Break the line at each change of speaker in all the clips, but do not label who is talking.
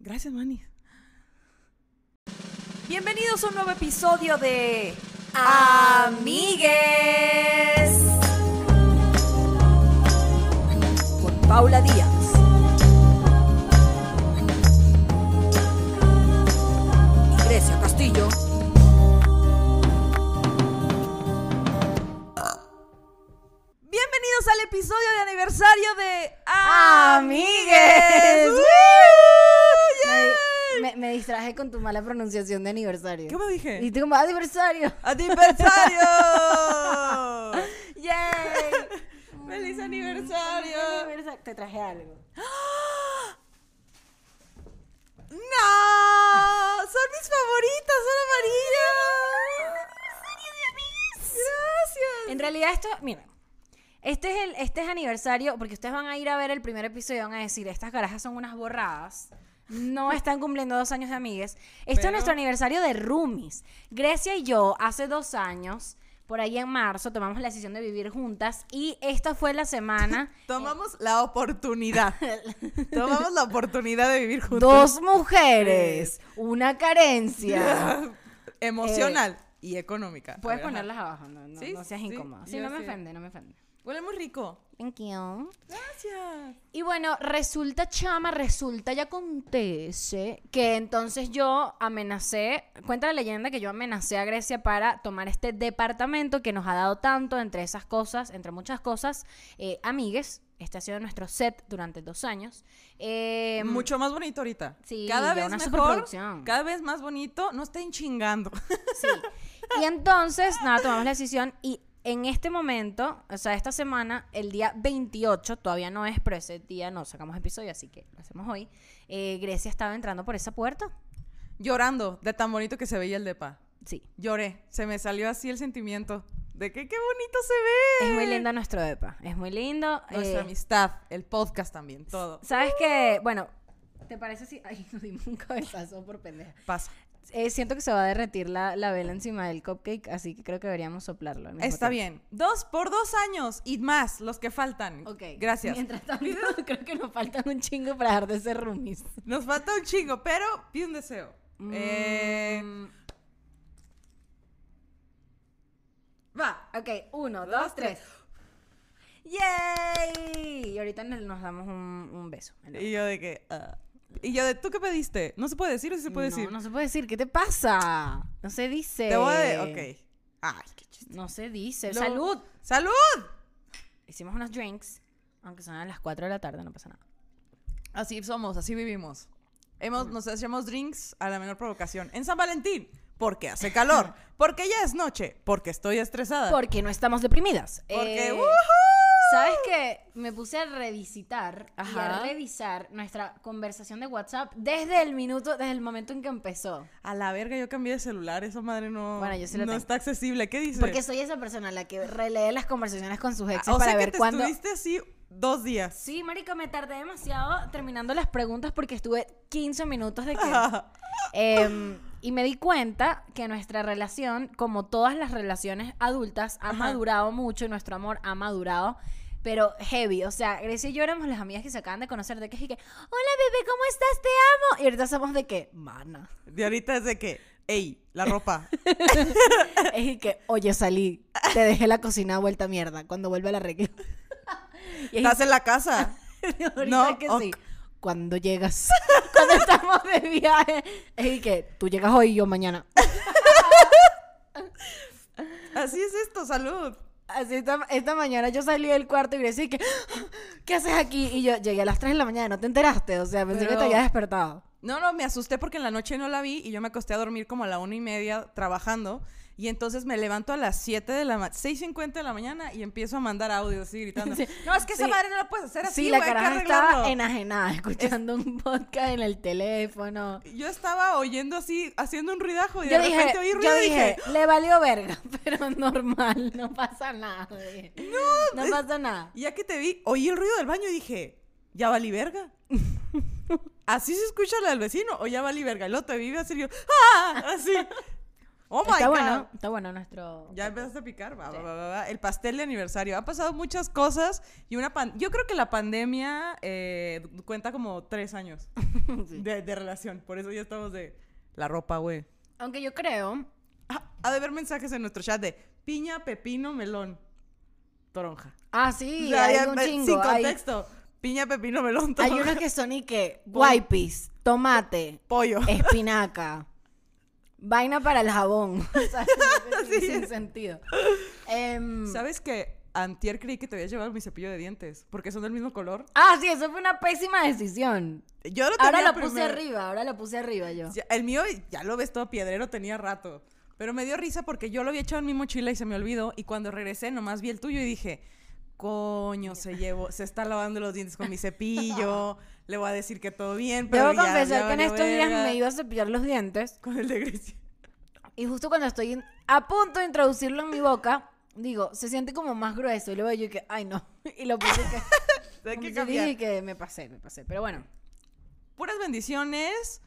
Gracias, Manny.
Bienvenidos a un nuevo episodio de Amigues con Paula Díaz. y Grecia Castillo. Bienvenidos al episodio de aniversario de Amigues.
Amigues.
¡Woo! Yeah.
Me, me distraje con tu mala pronunciación de aniversario.
¿Qué me dije?
Y tu como aniversario.
¡Aniversario!
¡Yay!
¡Feliz aniversario!
Aniversa- Te traje algo.
¡No! ¡Son mis favoritas! ¡Son amarillas! ¡Gracias!
En realidad esto, mira, este es el este es aniversario porque ustedes van a ir a ver el primer episodio y van a decir, estas garajas son unas borradas. No están cumpliendo dos años de amigues. Esto
Pero-
es nuestro aniversario de roomies. Grecia y yo hace dos años, por ahí en marzo, tomamos la decisión de vivir juntas y esta fue la semana.
Tomamos la oportunidad. Tomamos la oportunidad de vivir juntos.
dos mujeres, una carencia. eh,
Emocional y económica.
Puedes
Ajá.
ponerlas abajo, no, no,
Sí,
no seas
sí,
incómodo. Sí,
yo
no me
sí.
ofende, no me ofende.
Huele muy rico.
Thank you.
Gracias.
Y bueno, resulta chama, resulta y acontece que entonces yo amenacé, cuenta la leyenda que yo amenacé a Grecia para tomar este departamento que nos ha dado tanto entre esas cosas, entre muchas cosas, eh, amigues. Este ha sido nuestro set durante dos años. Eh,
Em, Mucho más bonito ahorita.
Sí,
cada
ya
vez
una
mejor.
superproducción.
Cada vez más bonito. No estén chingando.
Sí. Y entonces, nada, tomamos la decisión y en este momento, o sea, esta semana, el día 28, todavía no es, pero ese día no sacamos episodio, así que lo hacemos hoy, eh, Grecia estaba entrando por esa puerta.
Llorando de tan bonito que se veía el depa.
Sí.
Lloré. Se me salió así el sentimiento de que qué bonito se ve.
Es muy lindo nuestro depa, es muy lindo.
Nuestra
eh,
amistad, el podcast también, todo.
¿Sabes qué? Bueno, ¿te parece si... Ay, nos dimos un cabezazo por pendeja.
Pasa.
Eh, siento que se va a derretir la, la vela encima del cupcake, así que creo que deberíamos soplarlo. al mismo
Está
tiempo.
bien. Dos por dos años y más los que faltan.
Ok.
Gracias.
Mientras tanto, creo que nos faltan un chingo para dejar de ser roomies.
Nos falta un chingo, pero pide un deseo. Eh,
Mm,
va.
Ok, uno,
Dos,
dos, tres. ¡Yay! Y ahorita nos, nos damos un, un beso.
Y yo de que. ah. Y yo de, ¿tú qué pediste? ¿No se puede decir o sí se puede
no,
decir?
No se puede decir. ¿Qué te pasa? No se dice.
Te voy a de- Ok. Ay, qué chiste.
No se dice.
Lo-
Eh, ¡Salud!
¡Salud!
Hicimos unos drinks, aunque son a las 4 de la tarde, no pasa nada.
Así somos, así vivimos. Hemos,
Mm.
nos hacemos drinks a la menor provocación. En San Valentín, porque hace calor, porque ya es noche, porque estoy estresada.
Porque no estamos deprimidas.
Porque, uh,
Eh,
¡wujú!
¿Sabes qué? Me puse a revisitar y
Ajá.
a revisar nuestra conversación de WhatsApp desde el minuto, desde el momento en que empezó.
A la verga, yo cambié de celular, esa madre no,
Bueno, yo sí lo
no
tengo.
está accesible. ¿Qué dices?
Porque soy esa persona la que relee las conversaciones con sus exes
Ah, o
para
sea
ver
que te
cuándo.
estuviste así dos días.
Sí, marica, me tardé demasiado terminando las preguntas porque estuve 15 minutos de que... Em, y me di cuenta que nuestra relación, como todas las relaciones adultas, ha
Ajá.
madurado mucho y nuestro amor ha madurado. Pero heavy, o sea, Grecia y yo éramos las amigas que se acaban de conocer de que es que, hola bebé, ¿cómo estás? Te amo. Y ahorita somos de que, mana.
De ahorita es de que, ey, la ropa.
Es de que, oye, salí, te dejé la cocina vuelta a mierda cuando vuelve al arreglo. Y es
Estás en la casa.
Ahorita
No,
que
ok.
sí. Cuando llegas, cuando estamos de viaje, es que tú llegas hoy y yo mañana.
Así es esto, salud.
Así esta, esta mañana yo salí del cuarto y Grecia y que, ¿qué haces aquí? Y yo llegué a las 3 de la mañana, no te enteraste, o sea, pensé que
Pero-
te había despertado.
No, no, me asusté porque en la noche no la vi y yo me acosté a dormir como a la una y media trabajando. Y entonces me levanto a las 7 de la mañana, 6.50 de la mañana y empiezo a mandar audios así gritando.
Sí.
No, es que esa
Sí.
madre no la puedes hacer así,
sí, la
güey, hay que
caraja
arreglarlo".
estaba enajenada, escuchando un podcast en el teléfono.
Yo estaba oyendo así, haciendo un ruidajo y
Yo
de
dije,
repente oí ruido
yo
y
dije,
dije,
le valió verga, pero normal, no pasa nada. dije. No, pasa nada.
Y ya que te vi, oí el ruido del baño y dije, ya valí verga. Así se escucha la del vecino, o ya valí verga. El otro te vive así, yo, ¡ah! Así. Oh my
está
God.
bueno, está bueno nuestro.
Ya empezaste a picar, va,
Sí.
va, va, va, va. El pastel de aniversario. Ha pasado muchas cosas y una pan... Yo creo que la pandemia eh, cuenta como tres años de, de relación. Por eso ya estamos de la ropa, güey.
Aunque yo creo.
Ah, ha de haber mensajes en nuestro chat de piña, pepino, melón, toronja.
Ah,
O
sí,
sea,
hay
ya,
un
eh,
chingo.
sin
hay-
contexto. Piña, pepino, melón,
Hay,
toronja.
unos que son y que.
Voy.
Wipes, tomate,
Pollo.
em, espinaca, vaina para el jabón. O sea, no tiene sin sentido. Em,
¿Sabes que antier creí que te había llevado mi cepillo de dientes? Porque son del mismo color.
ah, sí, eso fue una pésima decisión.
Yo lo
Ahora
tenía
la puse
primero.
arriba, ahora la puse arriba yo.
Ya, El mío, ya lo ves todo piedrero, tenía rato. Pero me dio risa porque yo lo había echado en mi mochila y se me olvidó. Y cuando regresé, nomás vi el tuyo y dije, coño, se llevó, se está lavando los dientes con mi cepillo. le voy a decir que todo bien, pero
Debo
ya-
confesar
ya
que en
valió
estos días
verga.
me iba a cepillar los dientes
Con el de Grecia.
y justo cuando estoy in- a punto de introducirlo en mi boca, digo, se siente como más grueso y luego yo que, ay no, y lo puse que...
Hay que
Entonces
cambiar.
dije que me pasé, me pasé, pero bueno.
Puras bendiciones,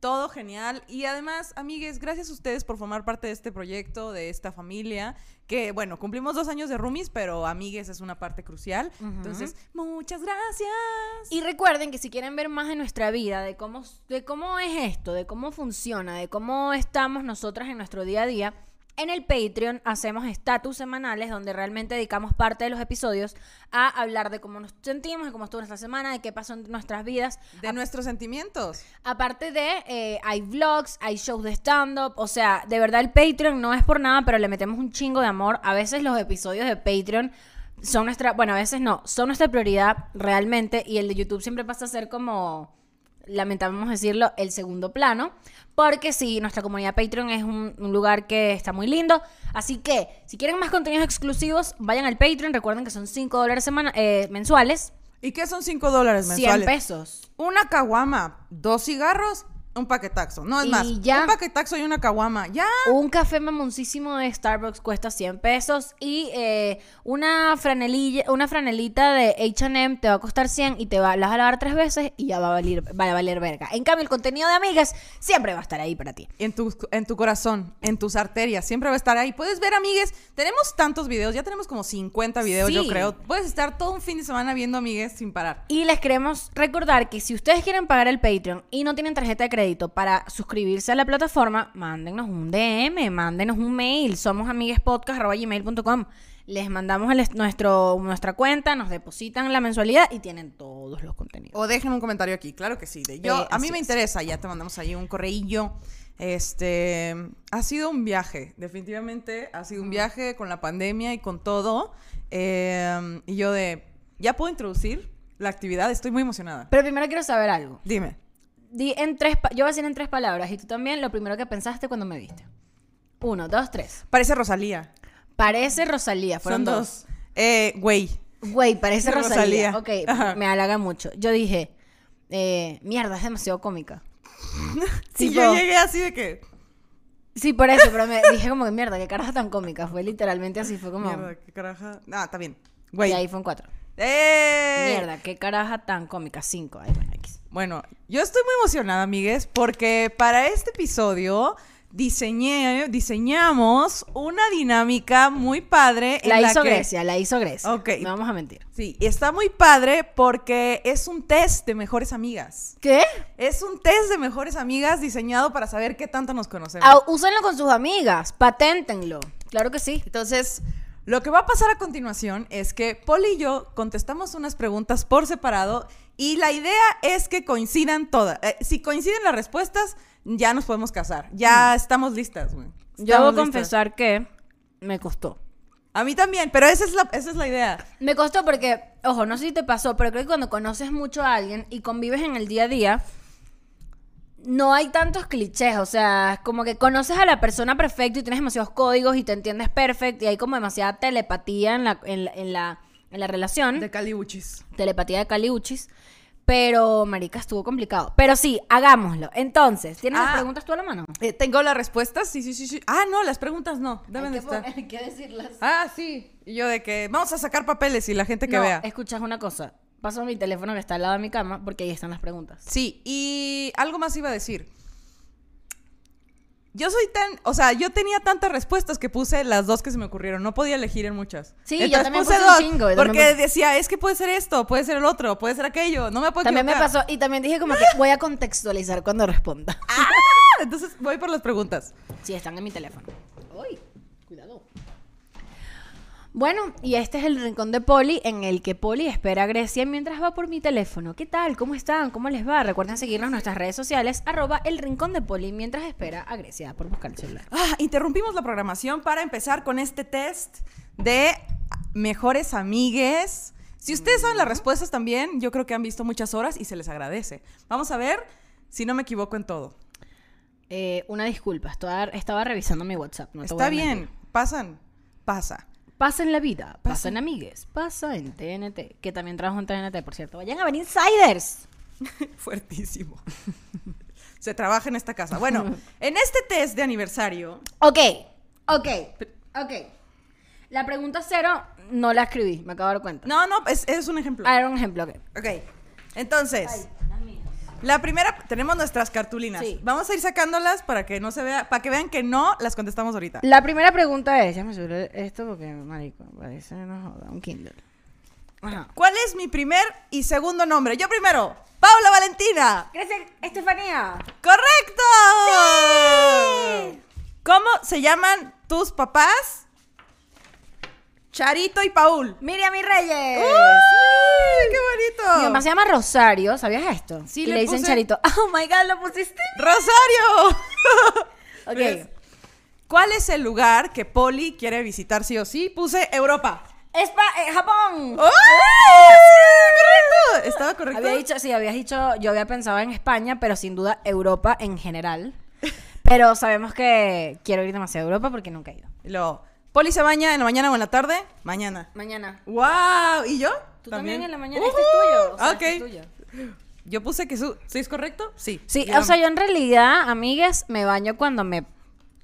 todo genial. Y además, amigues, gracias a ustedes por formar parte de este proyecto, de esta familia. Que bueno, cumplimos dos años de roomies, pero amigues es una parte crucial. Entonces, muchas gracias.
Y recuerden que si quieren ver más de nuestra vida, de cómo, de cómo es esto, de cómo funciona, de cómo estamos nosotras en nuestro día a día, en el Patreon hacemos estatus semanales donde realmente dedicamos parte de los episodios a hablar de cómo nos sentimos, de cómo estuvo nuestra semana, de qué pasó en nuestras vidas.
De nuestros sentimientos.
Aparte de, eh, hay vlogs, hay shows de stand-up, o sea, de verdad el Patreon no es por nada, pero le metemos un chingo de amor. A veces los episodios de Patreon son nuestra, bueno, a veces no, son nuestra prioridad realmente y el de YouTube siempre pasa a ser como, lamentamos decirlo, el segundo plano, porque sí, nuestra comunidad Patreon es un, un lugar que está muy lindo, así que si quieren más contenidos exclusivos, vayan al Patreon, recuerden que son 5 dólares semana- eh, mensuales,
¿Y qué son 5 dólares
100
mensuales?
pesos.
Una caguama, dos cigarros, un paquetaxo. No es
Y
más.
ya.
Un paquetaxo y una caguama. Ya.
Un café mamoncísimo de Starbucks cuesta 100 pesos y eh, una, franelilla, una franelita de H&M te va a costar 100 y te va, las vas a lavar tres veces y ya va a, valer, va a valer verga. En cambio, el contenido de amigas siempre va a estar ahí para ti.
En tu, en tu corazón, en tus arterias, siempre va a estar ahí. Puedes ver, amigues, tenemos tantos videos, ya tenemos como 50 videos, yo
Sí.
creo. Puedes estar todo un fin de semana viendo, amigues, sin parar.
Y les queremos recordar que si ustedes quieren pagar el Patreon y no tienen tarjeta de crédito para suscribirse a la plataforma, mándenos un DM, mándenos un mail. Somos amiguespodcast.com. Les mandamos el est- nuestro, nuestra cuenta, nos depositan la mensualidad y tienen todos los contenidos.
O dejen un comentario aquí, claro que sí. de yo,
Eh,
a mí
así
me
es.
interesa, ya te mandamos ahí un correillo. Este, ha sido un viaje, definitivamente ha sido un viaje con la pandemia y con todo. Eh, y yo de, ya puedo introducir la actividad, estoy muy emocionada.
Pero primero quiero saber algo.
Dime.
Di en tres pa- yo voy a decir en tres palabras y tú también lo primero que pensaste cuando me viste. Uno, dos, tres.
Parece Rosalía.
Parece Rosalía. Fueron
Son dos. Eh, güey.
Güey, parece Rosalía.
Rosalía.
Ok,
Ajá.
me halaga mucho. Yo dije, eh, mierda, es demasiado cómica.
Si
Tipo-
yo llegué así de que...
Sí, por eso, pero me dije como que mierda, qué caraja tan cómica. Fue literalmente así, fue como...
Mierda, qué caraja. Ah, está bien.
y
Güey.
ahí fue un cuatro.
¡Eh!
Mierda, qué caraja tan cómica. Cinco. Ay, bueno, X.
Bueno, yo estoy muy emocionada, amigues, porque para este episodio diseñé, diseñamos una dinámica muy padre. en
La hizo
que-
Grecia, la hizo Grecia.
Ok.
No vamos a mentir.
Sí, y está muy padre porque es un test de mejores amigas.
¿Qué?
Es un test de mejores amigas diseñado para saber qué tanto nos conocemos.
Ah, úsenlo con sus amigas, paténtenlo. Claro que sí.
Entonces, lo que va a pasar a continuación es que Poli y yo contestamos unas preguntas por separado y la idea es que coincidan todas. Eh, si coinciden las respuestas, ya nos podemos casar. Ya estamos listas, güey.
Mm. Yo debo
Estamos listas.
confesar que me costó.
A mí también, pero esa es la, esa es la idea.
Me costó porque, ojo, no sé si te pasó, pero creo que cuando conoces mucho a alguien y convives en el día a día, no hay tantos clichés. O sea, es como que conoces a la persona perfecta y tienes demasiados códigos y te entiendes perfecto y hay como demasiada telepatía en la, en, la- en la, en la relación.
De Caliuchis.
Telepatía de Caliuchis. Pero, marica, estuvo complicado. Pero sí, hagámoslo. Entonces, ¿tienes las
Ah.
preguntas tú a la mano?
Tengo las respuestas, sí, sí, sí, sí. Ah, no, las preguntas no, deben de
Hay que
estar.
poner- hay que decirlas.
Ah, sí. Y yo de que vamos a sacar papeles y la gente que
No,
vea.
escuchas una cosa. Paso mi teléfono que está al lado de mi cama porque ahí están las preguntas.
Sí, y algo más iba a decir. Yo soy tan, o sea, yo tenía tantas respuestas que puse las dos que se me ocurrieron, no podía elegir en muchas.
Sí, yo también puse un chingo, yo
porque
también
decía, es que puede ser esto, puede ser el otro, puede ser aquello, no me puedo
También me
equivocar.
pasó, y también dije como que voy a contextualizar cuando responda.
Ah, Entonces voy por las preguntas.
Sí, están en mi teléfono. Uy, cuidado. Bueno, y este es el rincón de Poli en el que Poli espera a Grecia mientras va por mi teléfono. ¿Qué tal? ¿Cómo están? ¿Cómo les va? Recuerden seguirnos en nuestras redes sociales, arroba el rincón de Poli mientras espera a Grecia por buscar el celular.
Ah, interrumpimos la programación para empezar con este test de mejores amigues. Si ustedes saben las respuestas también, yo creo que han visto muchas horas y se les agradece. Vamos a ver si no me equivoco en todo.
Eh, una disculpa, estaba, estaba revisando mi WhatsApp. no te voy
Está
a mentir.
bien, pasan, pasa.
Pasa en la vida,
Pasa.
pasa en Amigues, pasa en TNT, que también trabajo en TNT, por cierto. Vayan a ver Insiders.
Fuertísimo. Se trabaja en esta casa. Bueno, en este test de aniversario,
Ok, ok, ok. La pregunta cero no la escribí, me acabo de dar cuenta.
no, no, es, es un ejemplo.
Ah, era un ejemplo, ok.
Ok, entonces, la primera, tenemos nuestras cartulinas.
Sí.
Vamos a ir sacándolas para que no se vea, para que vean que no las contestamos ahorita.
La primera pregunta es, ya me subió esto porque, marico, parece una joda, un Kindle. Ajá.
¿Cuál es mi primer y segundo nombre? Yo primero, Paula Valentina.
Gracias, Estefanía.
¡Correcto! ¿Cómo se llaman tus papás? Charito y Paul.
Miriam y Reyes.
¡Uh! ¡Uy, ¡Qué bonito!
Eh, Mi mamá se llama Rosario, ¿sabías esto?
Sí,
y
le
le, dicen
puse-
Charito. Oh my god, lo pusiste.
¡Rosario!
Ok.
¿Ves? ¿Cuál es el lugar que Poli quiere visitar sí o sí? Puse Europa.
Espa- eh, Japón.
¡Oh! ¡Sí, correcto! Estaba correcto.
Había dicho, sí, habías dicho, yo había pensado en España, pero sin duda Europa en general. Pero sabemos que quiero ir demasiado a Europa porque nunca he ido.
Y luego, ¿Poli se baña en la mañana o en la tarde? Mañana.
Mañana.
¡Wow! ¿Y yo?
Tú también en la mañana, este es tuyo, o sea, este es
Uh-huh. ¡Uh! ok.
tuyo.
Yo puse que su... ¿Sí es correcto? Sí.
Sí,
Yo-
o sea, yo en realidad, amigas, me baño cuando me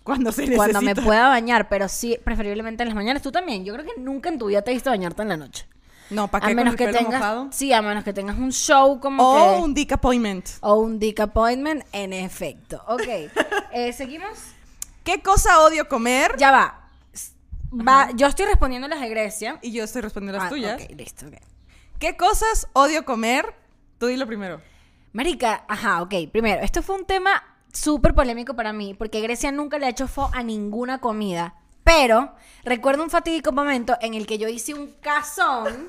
Cuando se
cuando me
necesita.
pueda bañar, pero sí, preferiblemente en las mañanas. Tú también. Yo creo que nunca en tu vida te he visto bañarte en la noche.
No, ¿para
A
qué
menos
con
que
el pelo
tengas,
mojado?
sí, a menos que tengas un show como
O
que-
un dick appointment.
o un dick appointment, en efecto. Ok, eh, seguimos.
¿Qué cosa odio comer?
Ya va. S- va yo estoy respondiendo las de Grecia.
Y yo estoy respondiendo las
Ah,
tuyas.
Ok, listo, ok.
¿Qué cosas odio comer? Tú dilo primero.
Marica, ajá, ok. Primero, esto fue un tema súper polémico para mí, porque Grecia nunca le ha hecho fo a ninguna comida. Pero recuerdo un fatídico momento en el que yo hice un cazón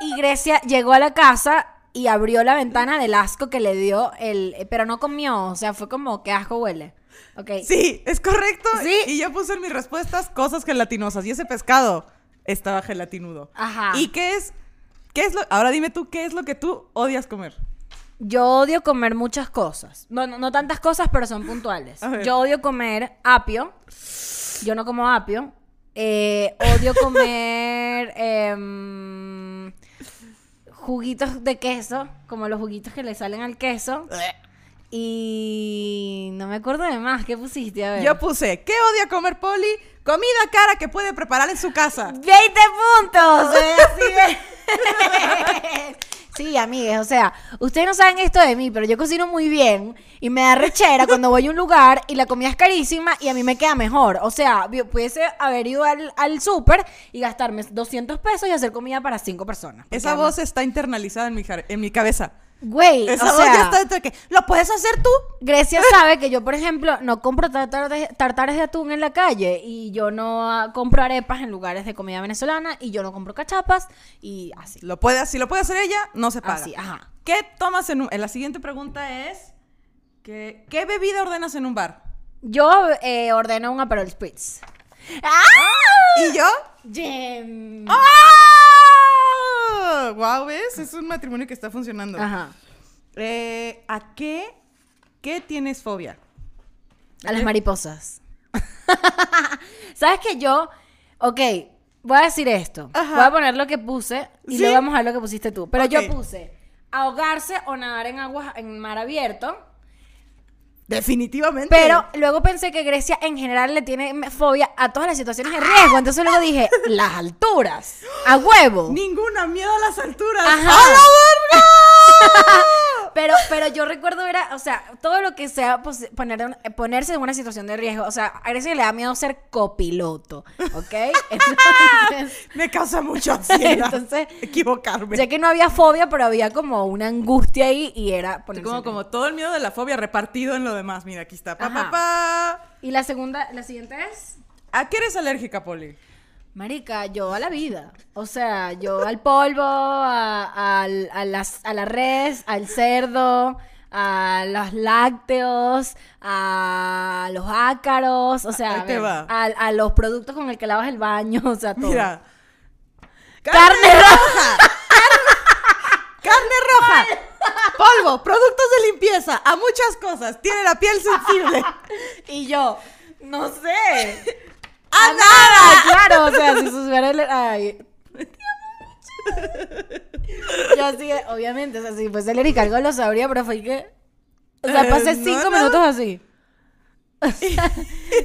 y Grecia llegó a la casa y abrió la ventana del asco que le dio el... eh, Pero no comió, o sea, fue como que asco huele. Ok.
Sí, es correcto.
Sí.
Y yo puse en mis respuestas cosas gelatinosas. Y ese pescado estaba gelatinudo.
Ajá.
¿Y qué es? ¿Qué es lo? Ahora dime tú, ¿qué es lo que tú odias comer?
Yo odio comer muchas cosas. No, no, no tantas cosas, pero son puntuales.
A ver.
Yo odio comer apio. Yo no como apio. Eh, odio comer em, juguitos de queso, como los juguitos que le salen al queso. Y no me acuerdo de más. ¿Qué pusiste? A ver.
Yo puse, ¿qué odia comer Poli? Comida cara que puede preparar en su casa.
20 puntos. ¿eh? Así es. Sí, amigues, o sea, ustedes no saben esto de mí, pero yo cocino muy bien y me da rechera cuando voy a un lugar y la comida es carísima y a mí me queda mejor. O sea, yo pudiese haber ido al, al súper y gastarme 200 pesos y hacer comida para cinco personas. Porque
Esa
además-
voz está internalizada en mi, jar- en mi cabeza.
Güey,
Esa
o
voz
sea,
ya está dentro de que, ¿lo puedes hacer tú?
Grecia sabe que yo, por ejemplo, no compro tartar de- tartares de atún en la calle y yo no ah, compro arepas en lugares de comida venezolana y yo no compro cachapas y así.
Lo puede, si lo puede hacer ella, no se paga.
Así, ah. ajá.
¿Qué tomas en un... en La siguiente pregunta es, ¿qué, ¿qué bebida ordenas en un bar?
Yo eh, ordeno un Aperol Spritz.
¿Y yo?
Jim.
Wow, ¡Ah! ¿ves? Es un matrimonio que está funcionando.
Ajá.
Eh, ¿A qué, qué tienes fobia?
A las mariposas. ¿Sabes que yo? Ok, voy a decir esto.
Ajá.
Voy a poner lo que puse y
Sí.
luego vamos a ver lo que pusiste tú. Pero
Ok.
yo puse ahogarse o nadar en aguas en mar abierto.
Definitivamente.
Pero luego pensé que Grecia en general le tiene fobia a todas las situaciones de riesgo. Entonces luego dije, las alturas. A huevo.
Ninguna miedo a las alturas.
Ajá.
¡A la verga!
Pero, pero yo recuerdo era, o sea, todo lo que sea pues, poner de un- ponerse en una situación de riesgo. O sea, a Grecia le da miedo ser copiloto, ¿ok? Entonces,
Me causa mucha ansiedad
Entonces,
equivocarme.
ya que no había fobia, pero había como una angustia ahí y era
Estoy
ponerse
como,
en riesgo.
como todo el miedo de la fobia repartido en lo demás. Mira, aquí está. Pa,
Ajá.
pa, pa.
Y la segunda, la siguiente es...
¿A qué eres alérgica, Poli?
Marica, yo a la vida. O sea, yo al polvo, a, al- a las, a la res, al cerdo, a los lácteos, a los ácaros, o sea,
Ahí
a,
te
ver,
va.
a- a los productos con el que lavas el baño, o sea, todo.
Mira.
¡Carne
roja! ¡Carne, carne roja! Polvo, productos de limpieza, a muchas cosas. Tiene la piel sensible.
Y yo, no sé.
¡A
Ah, claro, o sea, si supiera el... Ay. Yo así, obviamente, o sea, si fuese alérgica a algo lo sabría, pero fue que... O sea,
Eh,
pasé
no, no.
cinco minutos así. O sea,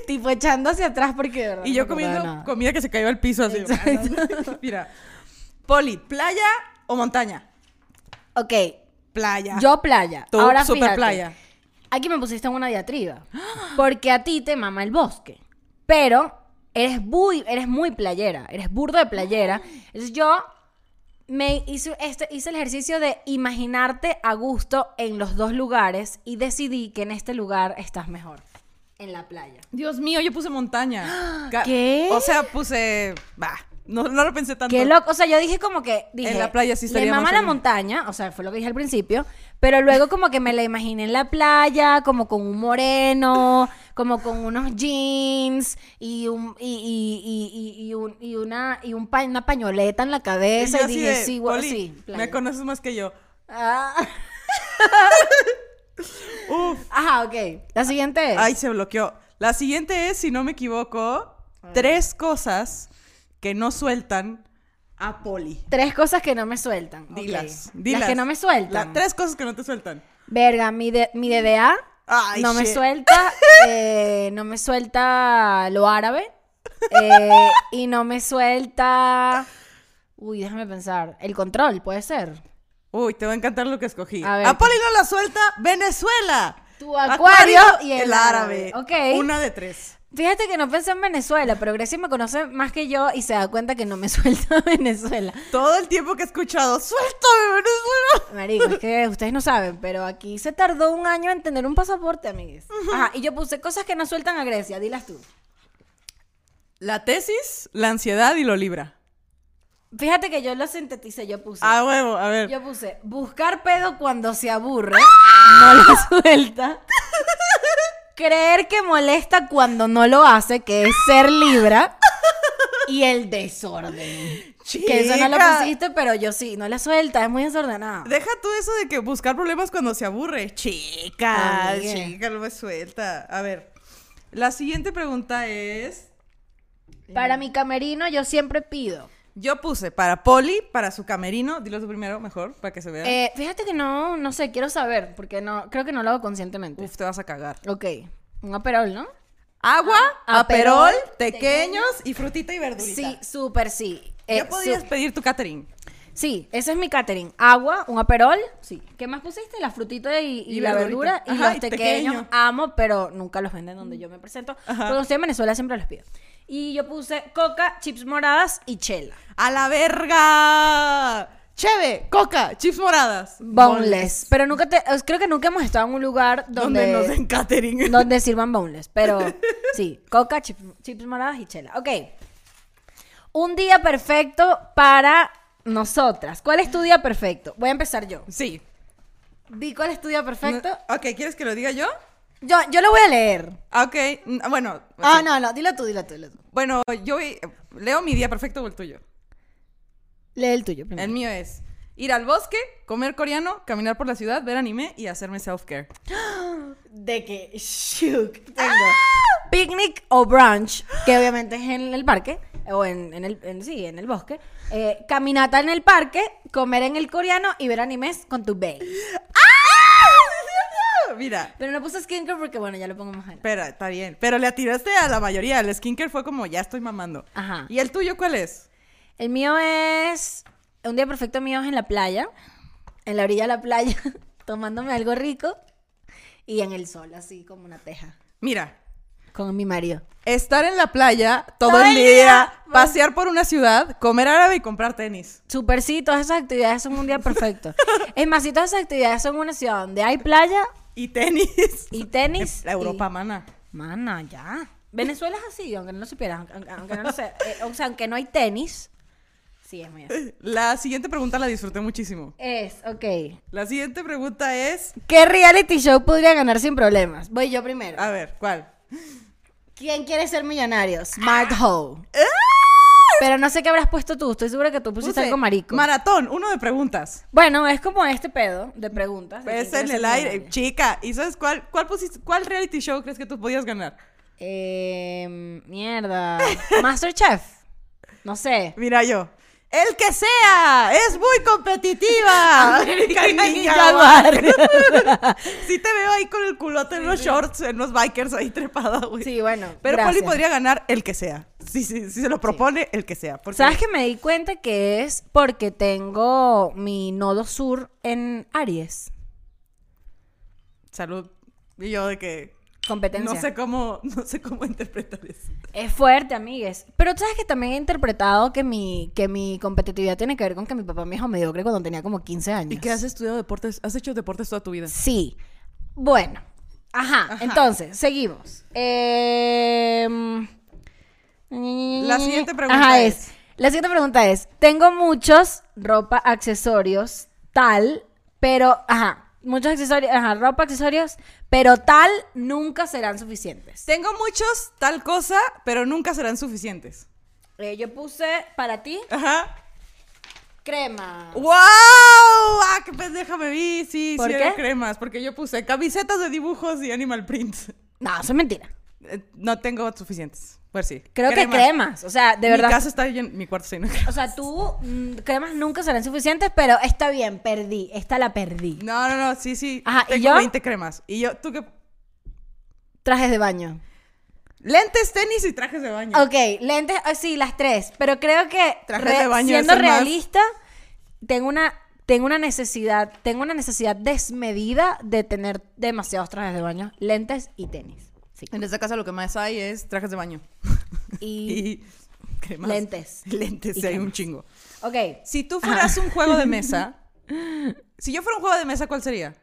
tipo echando hacia atrás porque de verdad
Y
no
yo
me acordaba
comiendo
nada.
comida que se cayó al piso así. Mira. Poli, ¿playa o montaña?
Ok,
Playa.
yo playa.
Tú,
Ahora
super
fíjate,
playa.
Aquí me pusiste en una diatriba. Porque a ti te mama el bosque. Pero eres muy, eres muy playera. Eres burdo de playera. Entonces yo me hice, este, hice el ejercicio de imaginarte a gusto en los dos lugares y decidí que en este lugar estás mejor. En la playa.
Dios mío, yo puse montaña. Ca-
¿Qué?
O sea, puse. Bah, no, no lo pensé tanto.
Qué loco. O sea, yo dije como que. Dije,
En la playa sí
Le
estaría
mama
más
la
seguro".
montaña. O sea, fue lo que dije al principio. Pero luego, como que me la imaginé en la playa, como con un moreno, como con unos jeans y un. Y, y, y, y, y un, y una, y un pa- una pañoleta en la
Y
cabeza.
yo
Y,
así
dije,
de,
sí, güey,
"Poli,
sí. playa".
Me conoces más que yo.
Ah.
Uf.
Ajá, ok. La siguiente es.
Ah, Ay, se bloqueó. La siguiente es, si no me equivoco, tres cosas que no sueltan a Poli.
Tres cosas que no me sueltan. ok.
Dilas.
Las
dilas.
que no me sueltan.
La- tres cosas que no te sueltan.
Verga, mi, de- mi DDA
Ay,
no me
shit.
suelta, eh, no me suelta lo árabe eh, y no me suelta... Uy, déjame pensar. El control, puede ser.
Uy, te va a encantar lo que escogí.
A
A,
ver, ¿qué?
Poli no la suelta Venezuela.
Tu acuario y el árabe. Ok.
Una de tres.
Fíjate que no pensé en Venezuela, pero Grecia me conoce más que yo y se da cuenta que no me suelta Venezuela.
Todo el tiempo que he escuchado, suéltame Venezuela.
Marico, es que ustedes no saben, pero aquí se tardó un año en tener un pasaporte, amigues. Ajá, y yo puse cosas que no sueltan a Grecia, dilas tú.
La tesis, la ansiedad y lo libra.
Fíjate que yo lo sinteticé, yo puse...
A huevo, a ver.
Yo puse buscar pedo cuando se aburre,
¡Ah!
no lo suelta. Creer que molesta cuando no lo hace, que es ser libra. Y el desorden. Que eso no lo
Chica.
pusiste, pero yo sí, no la suelta, es muy desordenado.
Deja tú eso de que buscar problemas cuando se aburre. Chica,
Amigue.
chica, no me suelta. A ver, la siguiente pregunta es...
Para mi camerino yo siempre pido.
Yo puse para Poli, para su camerino, dilo tú primero, mejor, para que se vea.
Eh, fíjate que no, no sé, quiero saber, porque no, creo que no lo hago conscientemente.
Uf, te vas a cagar.
Ok, un aperol, ¿no?
Agua,
Ah,
aperol,
aperol,
tequeños y frutita y verdurita.
Sí, súper sí. Eh,
Ya podrías pedir tu catering.
Sí, ese es mi catering. Agua, un aperol. Sí. ¿Qué más pusiste? La frutita y, y
Y
la verdura
verdurita.
y
Ajá,
los
y
pequeños.
tequeño.
Amo, pero nunca los venden donde yo me presento. Cuando estoy en Venezuela siempre los pido. Y yo puse coca, chips moradas y chela.
¡A la verga! Cheve, coca, chips moradas.
Boneless. Pero nunca te, os- creo que nunca hemos estado en un lugar
Donde,
donde,
nos
donde,
den catering.
sirvan boneless. Pero sí, coca, chip- chips moradas y chela. Ok. Un día perfecto para nosotras. ¿Cuál es tu día perfecto? Voy a empezar yo.
Sí.
Di cuál es tu día perfecto.
No- Ok, ¿quieres que lo diga yo?
Yo, yo lo voy a leer.
Ah, Ok, mm, bueno.
Ah,
sí.
no, no, dilo tú, dilo tú, dilo tú.
Bueno, yo voy- leo mi día perfecto o el tuyo.
Lee el tuyo
El mío es ir al bosque, comer coreano, caminar por la ciudad, ver anime y hacerme self-care.
De que shook tengo Ah. picnic o brunch, que obviamente es en el parque, o en, en el, en- sí, en el bosque. Eh, caminata en el parque, comer en el coreano y ver animes con tu bae.
Ah, Mira,
Pero no puse skincare porque, bueno, ya lo pongo más adelante.
espera, está bien. Pero le atiraste a la mayoría. El skincare fue como, ya estoy mamando.
Ajá.
¿Y el tuyo cuál es?
El mío es... Un día perfecto mío es en la playa, en la orilla de la playa, tomándome algo rico y en el sol, así como una teja,
Mira,
con mi marido.
estar en la playa todo, el día, pasear por una ciudad, comer árabe y comprar tenis.
Super sí, todas esas actividades son un día perfecto. es más, si todas esas actividades son una ciudad donde hay playa
Y tenis.
y tenis.
La Europa, mana.
y- Mana, ya. Venezuela es así, aunque no lo supieras, aunque, aunque no lo sé. eh, o sea, aunque no hay tenis. Sí, es muy así.
La siguiente pregunta la disfruté muchísimo.
Es, ok.
La siguiente pregunta es,
¿Qué reality show podría ganar sin problemas? Voy yo primero.
a ver, ¿cuál?
¿Quién quiere ser millonario? Smart Hoe. Pero no sé qué habrás puesto tú. Estoy segura que tú pusiste
Puse
algo marico.
Maratón, uno de preguntas.
bueno, es como este pedo de preguntas. de
Es
quién
en
quiere
el
ser
aire,
millonario.
chica. ¿Y sabes cuál, cuál, pusiste- cuál reality show crees que tú podías ganar?
Em, mierda. Masterchef. No sé.
Mira yo. El que sea, es muy competitiva. América
Ninja
sí te veo ahí con el culote en los shorts, en los bikers ahí trepada, güey.
Sí, bueno.
Pero Poli
gracias.
podría ganar el que sea. Sí, sí, si se lo propone, el que sea. Porque
¿Sabes que me di cuenta que es porque tengo mi nodo sur en Aries?
Salud. Y yo de que
Competencia.
no sé cómo, no sé cómo interpretar eso.
Es fuerte, amigues. Pero tú sabes que también he interpretado que mi, que mi competitividad tiene que ver con que mi papá me dijo mediocre cuando tenía como 15 años.
estudiado deportes? ¿Has hecho deportes toda tu vida?
Sí. Bueno. Ajá. Entonces, seguimos. Em,
La siguiente pregunta
Ajá,
es-
La siguiente pregunta es: Tengo muchos ropa, accesorios, tal, pero. Ajá. Muchos accesorios. Ajá, ropa, accesorios, pero tal nunca serán suficientes.
Tengo muchos tal cosa, pero nunca serán suficientes.
Eh, yo puse para ti
Ajá.
crema.
¡Wow! ¡Ah, qué pendeja me vi! Sí,
¿Por
sí, era
qué?
cremas, porque yo puse camisetas de dibujos y animal print.
No, eso es mentira.
Eh, No tengo suficientes. Pues sí.
Creo que cremas. O sea, de verdad.
Mi casa está lleno, mi cuarto está lleno de cremas.
O sea, tú mm, cremas nunca serán suficientes, pero está bien, perdí. Esta la perdí.
No, no, no, sí, sí.
Ajá, ¿y
tengo
yo?
20 cremas. Y yo, tú que.
Trajes de baño.
Lentes, tenis y trajes de baño.
Ok, lentes, ah, sí, las tres. Pero creo que
Trajes
re-
de baño
siendo
es el más-
realista, tengo una, tengo una necesidad, tengo una necesidad desmedida de tener demasiados trajes de baño, lentes y tenis. Sí.
En esta casa lo que más hay es trajes de baño.
Y.
Y. cremas.
Lentes.
Lentes,
Y
sí, hay un
cremas.
chingo.
Ok.
Si
Ah.
tú fueras un juego de mesa. Si yo fuera un juego de mesa, ¿cuál sería?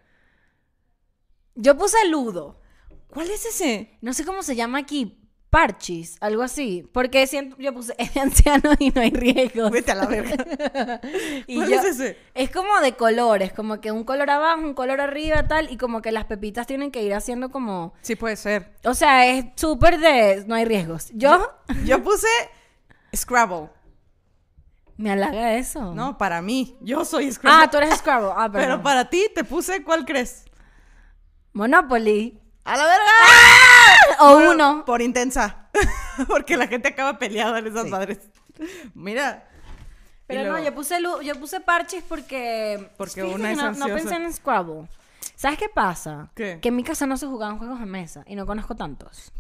Yo puse ludo.
¿Cuál es ese?
No sé cómo se llama aquí. Parchis, algo así. Porque siento, yo puse es de ancianos y no hay riesgo.
Vete a la verga.
Y
¿Cuál
yo-
es ese?
Es como de colores, como que un color abajo, un color arriba, tal, y como que las pepitas tienen que ir haciendo como.
Sí, puede ser.
O sea, es súper de. No hay riesgos. Yo.
Yo puse Scrabble.
Me halaga eso.
No, para mí. Yo soy Scrabble.
Oh. Ah, tú eres Scrabble. Ah,
Pero
perdón.
para ti te puse, ¿cuál crees?
Monopoly.
¡A la verga!
O
Por-
uno.
Por intensa. Porque la gente acaba peleada en esas madres. Mira.
Pero
Y
no,
luego-
yo puse, lu- yo puse parches porque.
Porque
Fíjate
una
que
es
no, no
ansiosa.
pensé en Scrabble. ¿Sabes qué pasa?
¿Qué?
Que en mi casa no se jugaban juegos de mesa y no conozco tantos.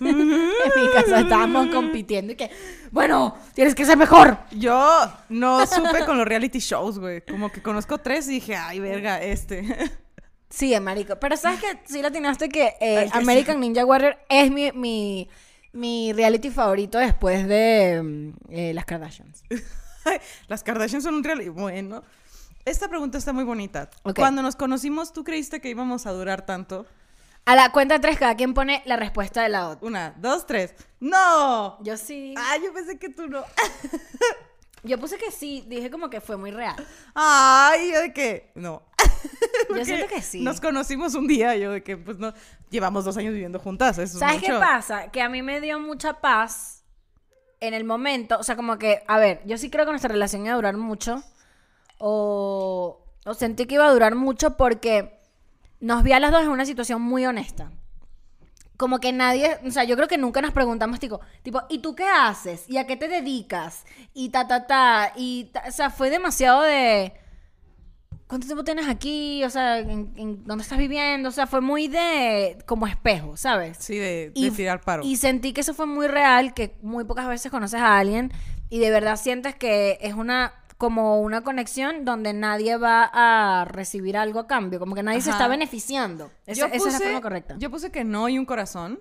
En mi casa estábamos compitiendo y que, bueno, tienes que ser mejor.
Yo no supe con los reality shows, güey. Como que conozco tres y dije, ay, verga, este.
Sí, eh, marico. Pero sabes que sí la atinaste que eh,
Ay, que
American Ninja Warrior es mi, mi, mi reality favorito después de mm, eh, las Kardashians.
Las Kardashian son un reality. Bueno. Esta pregunta está muy bonita.
Ok.
Cuando nos conocimos, ¿tú creíste que íbamos a durar tanto?
A la cuenta de tres, cada quien pone la respuesta de la otra.
Una, dos, tres. ¡No!
Yo sí.
Ah, yo pensé que tú no.
Yo puse que sí, dije como que fue muy real.
Ay, yo de que. No.
Yo
Porque
siento que sí.
Nos conocimos un día, yo de que, pues no. Llevamos dos años viviendo juntas. Eso es
¿Sabes qué
Pues mucho.
pasa? Que a mí me dio mucha paz en el momento. O sea, como que, a ver, yo sí creo que nuestra relación iba a durar mucho. O, o sentí que iba a durar mucho porque nos vi a las dos en una situación muy honesta. Como que nadie, o sea, yo creo que nunca nos preguntamos, tipo, tipo, ¿y tú qué haces? ¿Y a qué te dedicas? Y ta, ta, ta. Y, ta- o sea, fue demasiado de. ¿Cuánto tiempo tienes aquí? O sea, ¿en, en dónde estás viviendo? O sea, fue muy de. como espejo, ¿sabes?
Sí, de, de tirar paro.
Y sentí que eso fue muy real, que muy pocas veces conoces a alguien y de verdad sientes que es una como una conexión donde nadie va a recibir algo a cambio, como que nadie se
Ajá.
está beneficiando. Esa,
Yo
esa es la
puse-
forma correcta.
Yo puse que no y un corazón.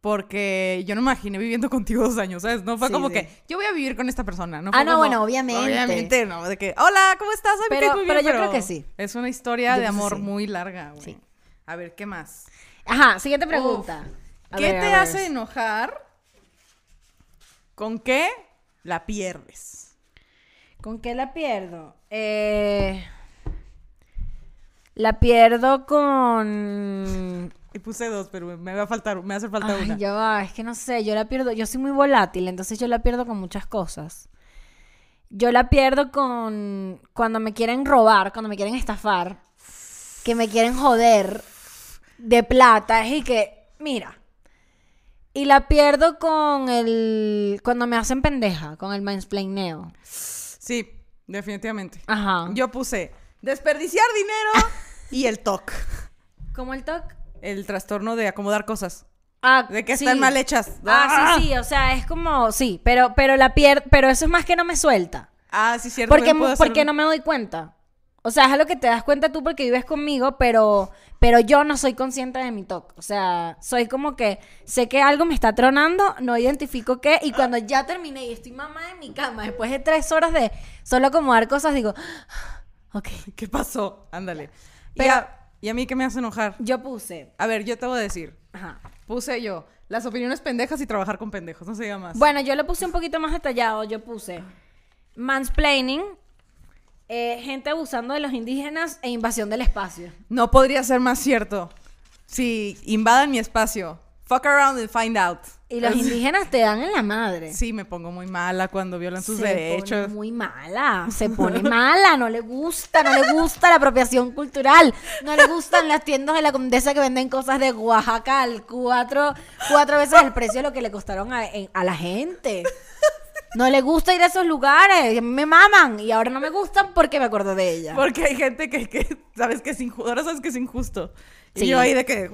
Porque yo no me imaginé viviendo contigo dos años, ¿sabes? No fue
Sí,
como
sí.
que yo voy a vivir con esta persona. No
Ah,
fue
no,
como,
bueno, obviamente.
Obviamente, no. De que, hola, ¿cómo estás? Ay, me
Pero-
caes muy bien",
pero yo creo que sí.
Es una historia
Yo
de
puse
amor
sí.
muy larga, güey.
Sí.
A ver, ¿qué más?
Ajá, siguiente pregunta. A
¿Qué
ver, a
te
ver.
hace enojar? ¿Con qué la pierdes?
¿Con qué la pierdo? Eh, la pierdo con...
Y puse dos, pero me va a faltar, me hace falta
Ay,
una.
ya va, es que no sé, yo la pierdo, yo soy muy volátil, entonces yo la pierdo con muchas cosas. Yo la pierdo con cuando me quieren robar, cuando me quieren estafar, que me quieren joder de plata, y que, mira. Y la pierdo con el, cuando me hacen pendeja, con el mansplaineo.
Sí, definitivamente.
Ajá.
Yo puse desperdiciar dinero y el TOC.
¿Como el toc?
El trastorno de acomodar cosas.
Ah,
De que
sí.
están mal hechas.
Ah, sí, sí, o sea, es como, sí, pero, pero la pierdo, pero eso es más que no me suelta.
Ah, sí, cierto.
Porque,
yo puedo hacer-
porque no me doy cuenta. O sea, es algo que te das cuenta tú porque vives conmigo, pero, pero yo no soy consciente de mi TOC. O sea, soy como que sé que algo me está tronando, no identifico qué, y cuando ya terminé y estoy mamá en mi cama, después de tres horas de solo acomodar cosas, digo, "Ah, ok.
¿Qué pasó? Ándale.
Pero-
y, a, y a mí qué me hace enojar?
Yo puse.
A ver, yo te voy a decir.
Ajá.
Puse yo las opiniones pendejas y trabajar con pendejos. No se diga más.
Bueno, yo le puse un poquito más detallado. Yo puse mansplaining, eh, gente abusando de los indígenas e invasión del espacio.
No podría ser más cierto. Si invadan mi espacio, fuck around and find out.
Y los indígenas te dan en la madre.
Sí, me pongo muy mala cuando violan sus
se
derechos.
pone muy mala, se pone mala, no le gusta, no le gusta la apropiación cultural, no le gustan las tiendas de la Condesa que venden cosas de Oaxaca al cuatro, cuatro veces el precio de lo que le costaron a, en- a la gente. No le gusta ir a esos lugares, y a mí me maman y ahora no me gustan porque me acuerdo de ella.
Porque hay gente que, que sabes que es injusto. Ahora sabes que es injusto.
Sí.
Y yo ahí de que.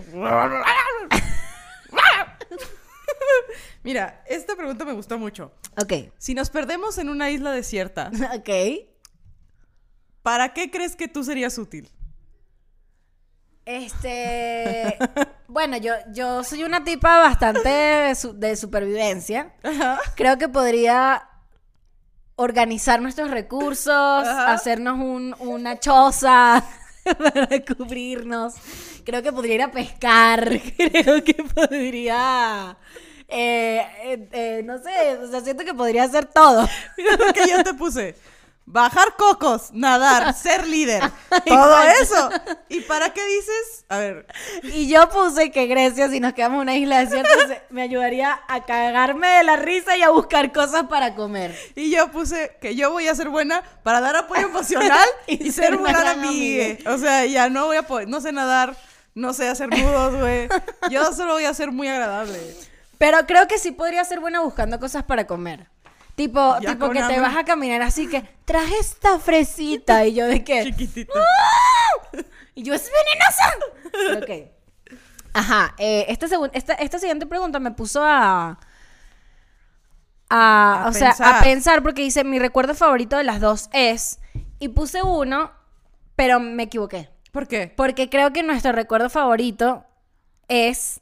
Mira, esta pregunta me gustó mucho.
Ok,
Si nos perdemos en una isla desierta,
ok.
¿para qué crees que tú serías útil?
Este, bueno, yo, yo soy una tipa bastante de su- de supervivencia.
Ajá.
creo que podría organizar nuestros recursos,
Ajá.
hacernos un- una choza para cubrirnos. Creo que podría ir a pescar. Creo que podría. eh, eh, eh, no sé, o sea, siento que podría hacer todo.
Mira lo que yo te puse. Bajar cocos, nadar, ser líder. Todo eso. ¿Y para qué dices? A ver.
Y yo puse que Grecia, si nos quedamos en una isla desierta, se- me ayudaría a cagarme de la risa y a buscar cosas para comer.
Y yo puse que yo voy a ser buena para dar apoyo emocional
Y
y,
ser
ser
una
una gran
gran
amigue. O sea, ya no voy a poder, no sé nadar, no sé hacer nudos, güey. Yo solo voy a ser muy agradable.
Eh. Pero creo que sí podría ser buena buscando cosas para comer. Tipo,
Ya
tipo
con
que te
hambre.
vas a caminar así que traje esta fresita y yo de qué.
Chiquitito.
Y yo es venenosa. Pero ok. Ajá, eh, esta, segun- esta, esta siguiente pregunta me puso a... A,
A
o sea, a
pensar.
pensar porque dice, mi recuerdo favorito de las dos es... Y puse uno, pero me equivoqué.
¿Por qué?
Porque creo que nuestro recuerdo favorito es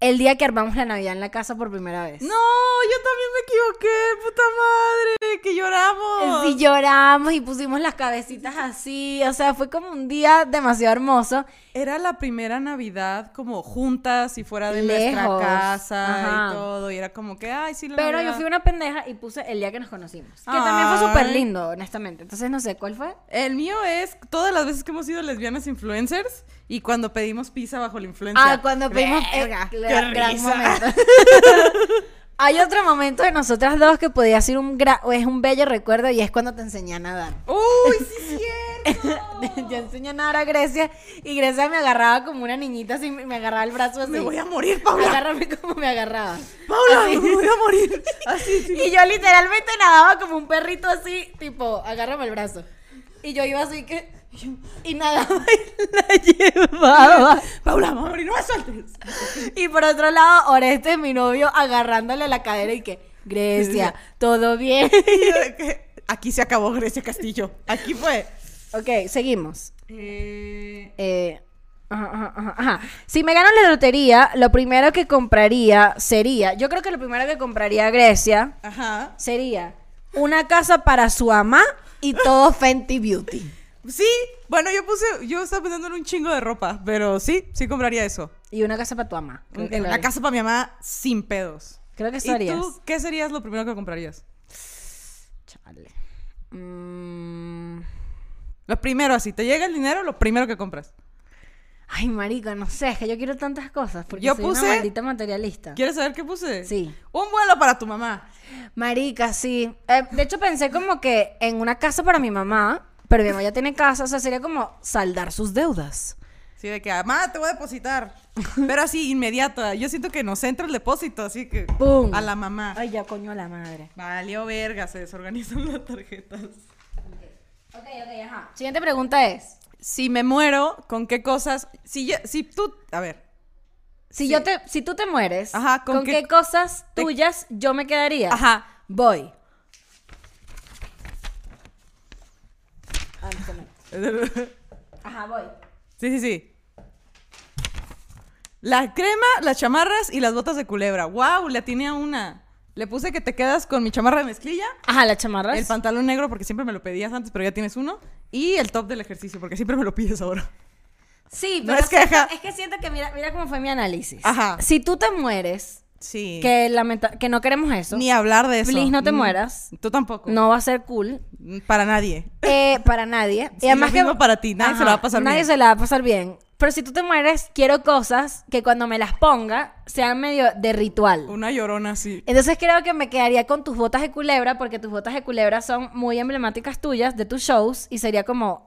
el día que armamos la Navidad en la casa por primera vez.
No, yo también me equivoqué, puta madre, que lloramos.
Y lloramos y pusimos las cabecitas así. O sea, fue como un día demasiado hermoso.
Era la primera Navidad como juntas y fuera de
Lejos.
nuestra casa
Ajá.
y todo. Y era como que, ay, sí, la
Pero yo
Navidad".
fui una pendeja y puse el día que nos conocimos. Que también fue
Ay.
súper lindo, honestamente. Entonces no sé cuál fue.
El mío es todas las veces que hemos sido lesbianas influencers y cuando pedimos pizza bajo la influencia.
Ah, cuando pedimos. eh,
Verga, qué
cla- gran,
risa.
momento. Hay otro momento de nosotras dos que podía ser un gra- o es un bello recuerdo y es cuando te enseñé a nadar.
¡Uy, sí es cierto!
Yo enseñé a nadar a Grecia y Grecia me agarraba como una niñita así, me agarraba el brazo así.
Me voy a morir, Paula.
Agárrame como me agarraba.
Paula,
Así.
me voy a morir. Así, sí.
Y yo literalmente nadaba como un perrito así, tipo, agárrame el brazo. Y yo iba así que. Y nadaba y la llevaba.
Paula, me voy a morir, no me sueltes.
Y por otro lado, Oreste, mi novio, agarrándole la cadera y que, Grecia, todo bien.
Y yo de que, Aquí se acabó Grecia Castillo. Aquí fue.
Ok, seguimos.
Eh,
Eh, ajá, ajá, ajá, ajá. Si me gano la lotería, lo primero que compraría sería, yo creo que lo primero que compraría Grecia
ajá.
sería una casa para su mamá y todo Fenty Beauty.
Sí, bueno, yo puse, yo estaba pensando en un chingo de ropa, pero sí, sí compraría eso.
Y una casa para tu mamá. Creo que
En
lo
la
haría.
casa para mi mamá sin pedos.
Creo que eso
¿Y
harías.
tú qué serías lo primero que comprarías?
Chale. Mm.
Lo primero, así, te llega el dinero, lo primero que compras.
Ay, marico, no sé, es que yo quiero tantas cosas porque
Yo
soy
puse-
una maldita materialista.
¿Quieres saber qué puse?
Sí.
Un vuelo para tu mamá.
Marica, sí. Eh, de hecho, pensé como que en una casa para mi mamá, pero mi mamá ya tiene casa, o sea, sería como saldar sus deudas.
Sí, de que, mamá, te voy a depositar. Pero así, inmediato. Yo siento que nos entra el depósito, así que.
¡Pum!
A la mamá.
Ay, ya coño a la madre.
Valió verga, se desorganizan las tarjetas.
Ok, ok, ajá. Siguiente pregunta es,
Si me muero, ¿con qué cosas? Si, ya- si tú. A ver.
si yo te, si tú te mueres,
Ajá, ¿con
¿con,
qué-
qué, cosas
te-
tuyas yo me quedaría?
Ajá.
Voy. Ah, Ajá, voy.
Sí, sí, sí. La crema, las chamarras y las botas de culebra. ¡Wow! Le atiné a una. Le puse que te quedas con mi chamarra de mezclilla,
Ajá, las chamarras.
el pantalón negro, porque siempre me lo pedías antes, pero ya tienes uno. Y el top del ejercicio, porque siempre me lo pides ahora.
Sí,
No
pero
es
siento- es,
queja.
que siento que mira, mira cómo fue mi análisis.
Ajá.
Si tú te mueres,
Sí.
que lamenta- que no queremos eso,
Ni hablar de eso.
Please, no te
Mm,
mueras.
Tú tampoco.
no va a ser cool
Mm, Para nadie.
eh, para nadie.
Sí, lo mismo para ti, nadie se la va a pasar
nadie
bien.
se la va a pasar bien. Pero si tú te mueres, quiero cosas que cuando me las ponga sean medio de ritual.
Una llorona así.
Entonces creo que me quedaría con tus botas de culebra porque tus botas de culebra son muy emblemáticas tuyas de tus shows y sería como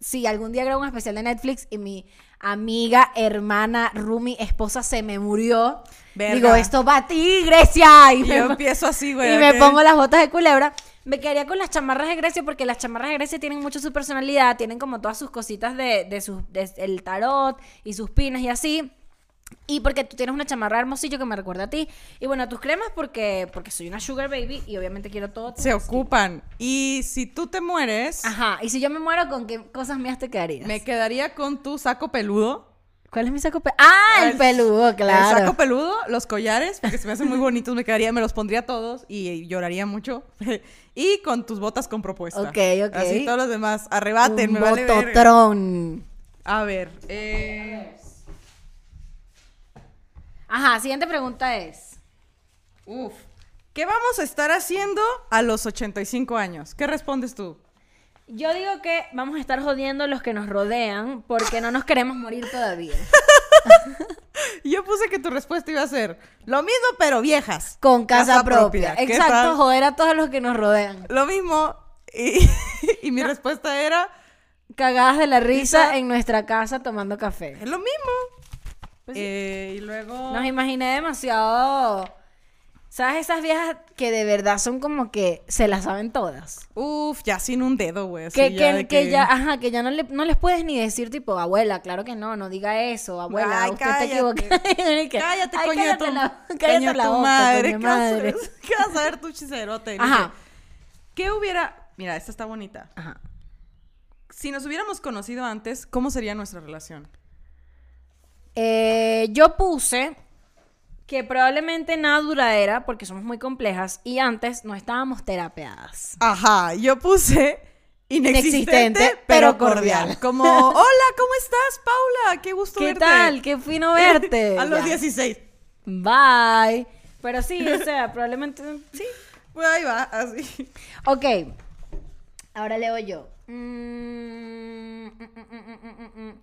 si algún día grabo un especial de Netflix y mi amiga, hermana, roomie, esposa se me murió.
Verga.
Digo, esto va a ti, Grecia. Y,
Y
me
yo
pon-
empiezo así, güey.
y me
¿qué?
pongo las botas de culebra. Me quedaría con las chamarras de Grecia porque las chamarras de Grecia tienen mucho su personalidad, tienen como todas sus cositas de, de sus de el tarot y sus pinas y así. Y porque tú tienes una chamarra hermosillo que me recuerda a ti. Y bueno, tus cremas porque porque soy una sugar baby y obviamente quiero todo.
Se ocupan. Y si tú te mueres,
Ajá, y si yo me muero con qué cosas mías te quedarías?
me quedaría con tu saco peludo.
¿Cuál es mi saco peludo? Ah, el,
El-
peludo, claro.
El saco peludo, los collares, porque se me hacen muy bonitos, me quedaría, me los pondría todos y, eh, lloraría mucho. y con tus botas con propuesta.
Ok, ok.
Así todos los demás, arrebaten,
Un
me vale verga.
bototrón.
A ver, eh,
Ajá, siguiente pregunta es.
uf. ¿Qué vamos a estar haciendo a los 85 años? ¿Qué respondes tú?
Yo digo que vamos a estar jodiendo a los que nos rodean porque no nos queremos morir todavía.
Yo puse que tu respuesta iba a ser lo mismo, pero viejas.
Con casa, propia.
¿Qué
Exacto,
tal?
joder a todos los que nos rodean.
Lo mismo. Y, y mi respuesta era
Cagadas de la risa
Risa.
en nuestra casa tomando café.
es lo mismo.
Pues sí.
Eh, y luego.
Nos imaginé demasiado. ¿Sabes esas viejas que de verdad son como que se las saben todas?
Uf, ya sin un dedo, güey. así
Que,
ya
que-
de
que ya, Ah, ajá, que ya no, le- no les puedes ni decir tipo, abuela, claro que no, no diga eso, abuela,
Ay,
usted
cállate.
está equivocada.
Cállate,
Ay,
coño, de
cállate
tu,
la,
coño
cállate
de
la
tu
boca,
madre.
coño
¿Qué vas a-
madre.
¿Qué vas a ver tu chicerote? Le
Ajá.
dije, ¿Qué hubiera. Mira, esta está bonita.
Ajá.
Si nos hubiéramos conocido antes, ¿cómo sería nuestra relación?
Eh, yo puse que probablemente nada duradera porque somos muy complejas y antes no estábamos terapeadas.
Ajá, yo puse inexistente,
Inexistente,
pero
pero
cordial.
cordial.
Como, hola, ¿cómo estás, Paula? Qué gusto
¿Qué
verte.
tal? Qué fino verte.
a los
Ya.
16.
Bye. Pero sí, o sea, probablemente sí.
Pues ahí va, así.
Ok. Ahora leo yo. Mm, mm, mm, mm, mm, mm, mm.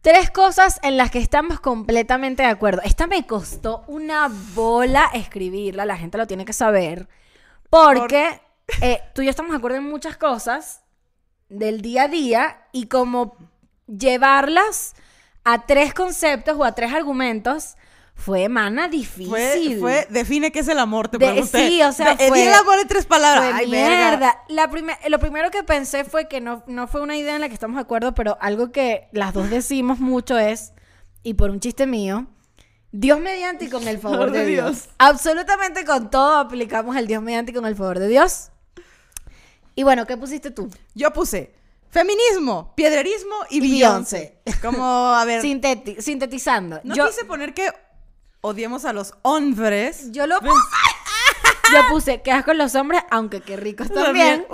Tres cosas en las que estamos completamente de acuerdo. Esta me costó una bola escribirla, la gente lo tiene que saber. Porque eh, tú y yo estamos de acuerdo en muchas cosas del día a día y como llevarlas a tres conceptos o a tres argumentos fue, mana, difícil.
Fue, fue, define qué es el amor, te
De-
pregunté.
sí, o sea,
De- di
fue-
el amor en tres palabras.
Fue
Ay, verga.
mierda. La prime- lo primero que pensé fue que no, no fue una idea en la que estamos de acuerdo, pero algo que las dos decimos mucho es, y por un chiste mío, Dios mediante y con el favor
Favor de
de Dios.
Dios.
Absolutamente con todo aplicamos el Dios mediante y con el favor de Dios. Y bueno, ¿qué pusiste tú?
Yo puse feminismo, piedrerismo y,
Y
Beyoncé. Como, a ver,
Sinteti- sintetizando.
no
yo,
quise poner que odiemos a los hombres.
yo lo yo puse que asco los hombres, aunque qué ricos
También.
también.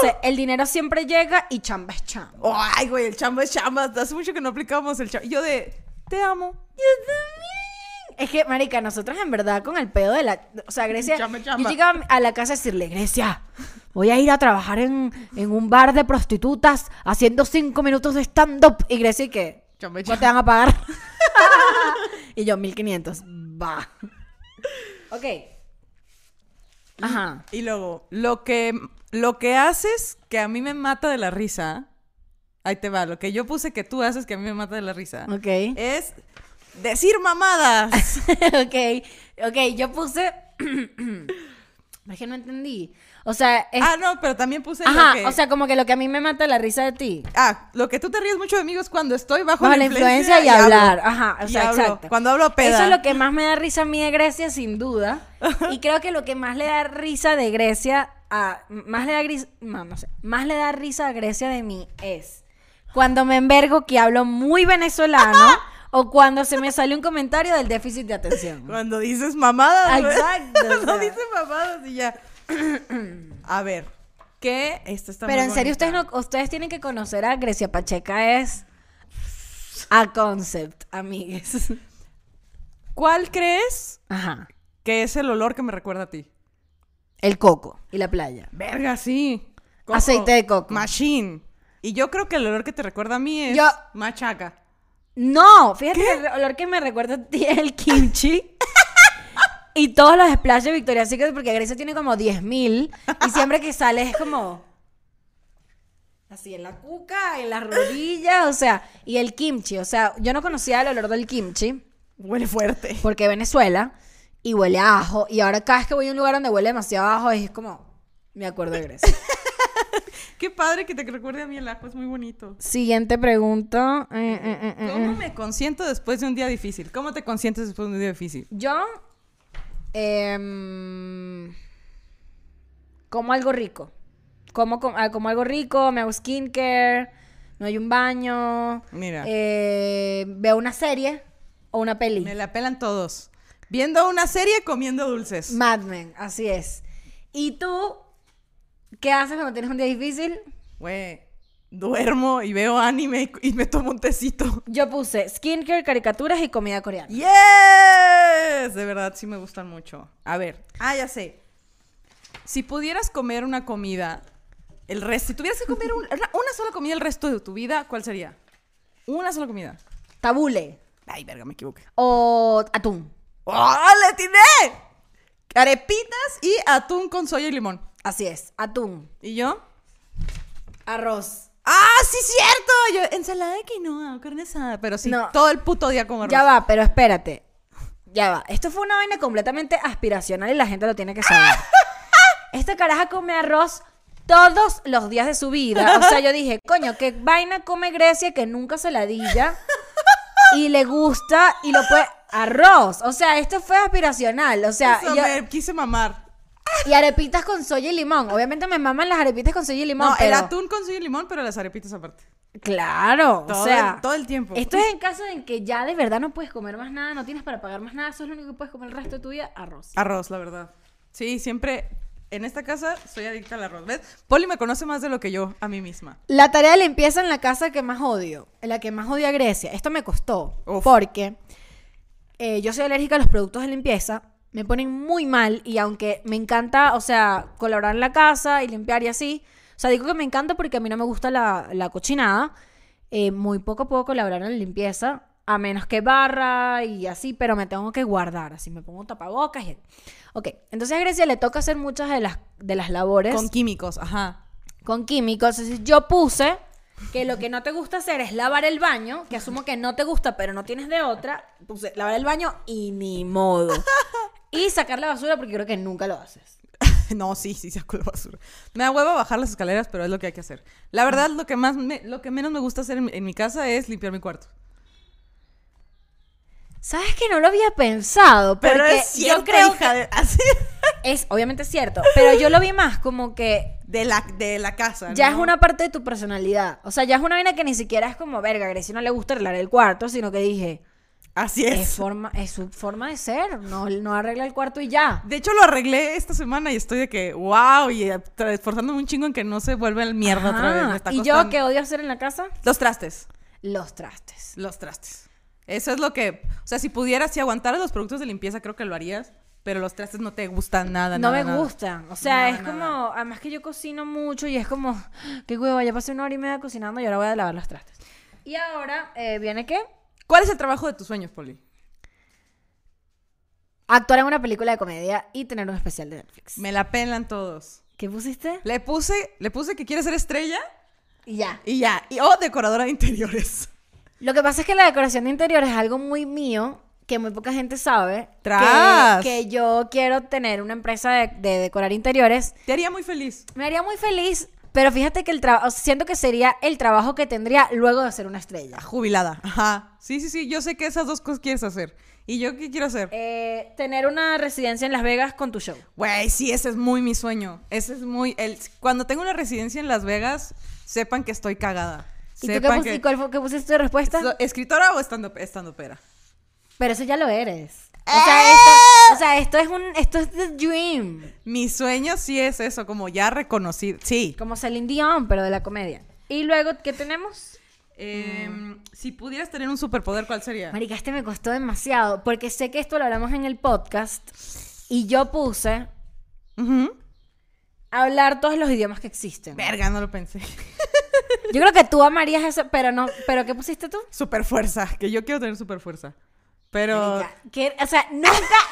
Puse, el dinero siempre llega y chamba es chamba.
Ay, güey, el chamba es chamba. Hace mucho que no aplicamos el chamba. Yo de, te amo.
Es que, marica, nosotros en verdad con el pedo de la... O sea, Grecia...
Chamba, chamba.
Yo llegaba a la casa a decirle, Grecia, voy a ir a trabajar en, en un bar de prostitutas haciendo cinco minutos de stand-up. Y Grecia, ¿y qué?
Chamba,
¿No
chamba.
te van a pagar? y yo, 1500. Va. Ok. Ajá.
Y luego, lo que, lo que haces que a mí me mata de la risa, ahí te va, lo que yo puse que tú haces que a mí me mata de la risa,
Ok.
es decir mamadas.
ok. Ok, yo puse... es que no entendí. O sea, es...
ah, no, pero también puse
Ajá,
lo que...
o sea, como que lo que a mí me mata la risa de ti.
Ah, lo que tú te ríes mucho de mí es cuando estoy bajo,
Bajo la influencia y
hablo.
hablar. Ajá, o
Y
sea,
hablo.
exacto.
Cuando hablo peda.
Eso es lo que más me da risa a mí de Grecia, sin duda. Y creo que lo que más le da risa de Grecia a. Más le da gris- no, no sé. Más le da risa a Grecia de mí es cuando me envergo que hablo muy venezolano o cuando se me sale un comentario del déficit de atención.
Cuando dices mamadas. güey.
Exacto, o
Cuando
sea.
dices mamadas y ya. A ver, ¿qué? Esta está
Pero
muy
en serio,
bonita.
ustedes, no, ustedes tienen que conocer a Grecia Pacheca, es. A concept, amigues.
¿Cuál crees
Ajá.
que es el olor que me recuerda a ti?
El coco y la playa.
Verga, sí.
Aceite de coco.
Machine. Y yo creo que el olor que te recuerda a mí es
Yo-
machaca.
No, fíjate que el olor que me recuerda a ti es el kimchi. y todos los splashes de Victoria's Secret, porque Grecia tiene como 10.000. Y siempre que sale es como. Así en la cuca, en las rodillas, o sea. Y el kimchi, o sea, yo no conocía el olor del kimchi,
Huele fuerte.
porque Venezuela. Y huele a ajo. Y ahora cada vez que voy a un lugar donde huele demasiado a ajo, es como. Me acuerdo de Grecia.
Qué padre que te recuerde a mí el ajo, es muy bonito.
Siguiente pregunta. Mm, mm, mm, mm, mm.
¿Cómo me consiento después de un día difícil? ¿Cómo te consientes después de un día difícil?
Yo em, como algo rico. Como, com- ah, como algo rico, me hago skincare, me doy un baño,
Mira.
eh, veo una serie o una peli.
Me la pelan todos. Viendo una serie, comiendo dulces.
Mad Men, así es. ¿Y tú qué haces cuando tienes un día difícil?
Güey, duermo y veo anime y, y me tomo un tecito.
Yo puse skincare, caricaturas y comida coreana.
¡Yes! De verdad, sí me gustan mucho. A ver, ah, ya sé. Si pudieras comer una comida, el resto, si tuvieras que comer un- una, una sola comida el resto de tu vida, ¿cuál sería? Una sola comida.
Tabule
Ay, verga, me equivoqué.
o atún.
¡Oh, le atiné! Arepitas y atún con soya y limón.
Así es, atún,
¿Y yo?
arroz.
¡Ah, sí, cierto! Yo, ensalada de quinoa, carne asada. Pero sí,
No.
todo el puto día como
Ya va, pero espérate. Ya va. Esto fue una vaina completamente aspiracional y la gente lo tiene que saber. Esta caraja come arroz todos los días de su vida. O sea, yo dije, coño, qué vaina come Grecia que nunca se ladilla y le gusta y lo puede. Arroz. O sea, esto fue aspiracional. O sea,
Eso,
yo-
me quise mamar.
y arepitas con soya y limón. Obviamente me maman las arepitas con soya y limón.
No, el
pero-
atún con soya y limón, pero las arepitas aparte.
Claro.
Todo
o sea,
el- todo el tiempo.
Esto es en caso en que ya de verdad no puedes comer más nada, no tienes para pagar más nada, eso es lo único que puedes comer el resto de tu vida, arroz.
Arroz, la verdad. Sí, siempre en esta casa soy adicta al arroz. ¿Ves? Poli me conoce más de lo que yo a mí misma.
La tarea de limpieza en la casa que más odio, en la que más odio a Grecia, esto me costó,
Uf.
porque eh, yo soy alérgica a los productos de limpieza, me ponen muy mal y aunque me encanta, o sea, colaborar en la casa y limpiar y así, o sea, digo que me encanta porque a mí no me gusta la, la cochinada, eh, muy poco puedo colaborar en la limpieza, a menos que barra y así, pero me tengo que guardar, así me pongo tapabocas y... Ok, entonces a Grecia le toca hacer muchas de las, de las labores
Con químicos, ajá.
con químicos. Entonces yo puse que lo que no te gusta hacer es lavar el baño, que asumo que no te gusta, pero no tienes de otra. Puse lavar el baño y ni modo. Y sacar la basura porque creo que nunca lo haces.
No, sí, sí, saco la basura. Me da hueva bajar las escaleras, pero es lo que hay que hacer. La verdad, lo que, más me- lo que menos me gusta hacer en, en mi casa es limpiar mi cuarto.
¿Sabes que no lo había pensado? Porque yo creo que
Así.
es obviamente cierto, pero yo lo vi más como que
De la, de la casa.
ya
¿no?
es una parte de tu personalidad. O sea, ya es una vaina que ni siquiera es como, verga, a Grecia no le gusta arreglar el cuarto, sino que dije,
Así
es,
es.
forma, es su forma de ser, no, no arregla el cuarto y ya.
De hecho, lo arreglé esta semana y estoy de que, wow, y eh, tra- esforzándome un chingo en que no se vuelva el mierda otra vez.
Ajá,
me está
y yo
costando.
que odio hacer en la casa,
Los trastes.
los trastes.
Los trastes. Eso es lo que. O sea, si pudieras, si aguantaras los productos de limpieza, creo que lo harías. Pero los trastes no te gustan nada,
No
nada,
me
nada.
gustan. O sea,
Nada,
es como, además que yo cocino mucho y es como, qué huevo, ya pasé una hora y media cocinando y ahora voy a lavar los trastes. Y ahora, eh, ¿viene qué?
¿Cuál es el trabajo de tus sueños, Poli?
Actuar en una película de comedia y tener un especial de Netflix.
Me la pelan todos.
¿Qué pusiste?
Le puse, le puse que quiere ser estrella
Y ya.
y ya. Y, o decoradora de interiores.
Lo que pasa es que la decoración de interiores es algo muy mío que muy poca gente sabe. que-
Tras.
Que, yo quiero tener una empresa de, de decorar interiores.
Te haría muy feliz.
Me haría muy feliz, pero fíjate que el trabajo, siento que sería el trabajo que tendría luego de ser una estrella.
Ah, Jubilada. Ajá. Sí, sí, sí. Yo sé que esas dos cosas quieres hacer. ¿Y yo qué quiero hacer?
Eh, tener una residencia en Las Vegas con tu show.
Güey, sí, ese es muy mi sueño. Ese es muy. El, cuando tengo una residencia en Las Vegas, sepan que estoy cagada.
¿Y tú qué,
Sepan
pus- y cuál fue- qué pusiste tu respuesta?
So- ¿Escritora o estando estando pera?
Pero eso ya lo eres. O sea, esto, o sea, esto es un, esto es the dream.
Mi sueño sí es eso, como ya reconocido. Sí.
Como Celine Dion, pero de la comedia. Y luego, ¿qué tenemos?
Em, Si pudieras tener un superpoder, ¿cuál sería?
Marica, este me costó demasiado, porque sé que esto lo hablamos en el podcast y yo puse
Ujú.
hablar todos los idiomas que existen.
Verga, no lo pensé.
Yo creo que tú amarías eso, pero no, pero ¿qué pusiste tú?
Super fuerza, que yo quiero tener super fuerza. Pero.
Marica, que- o sea, nunca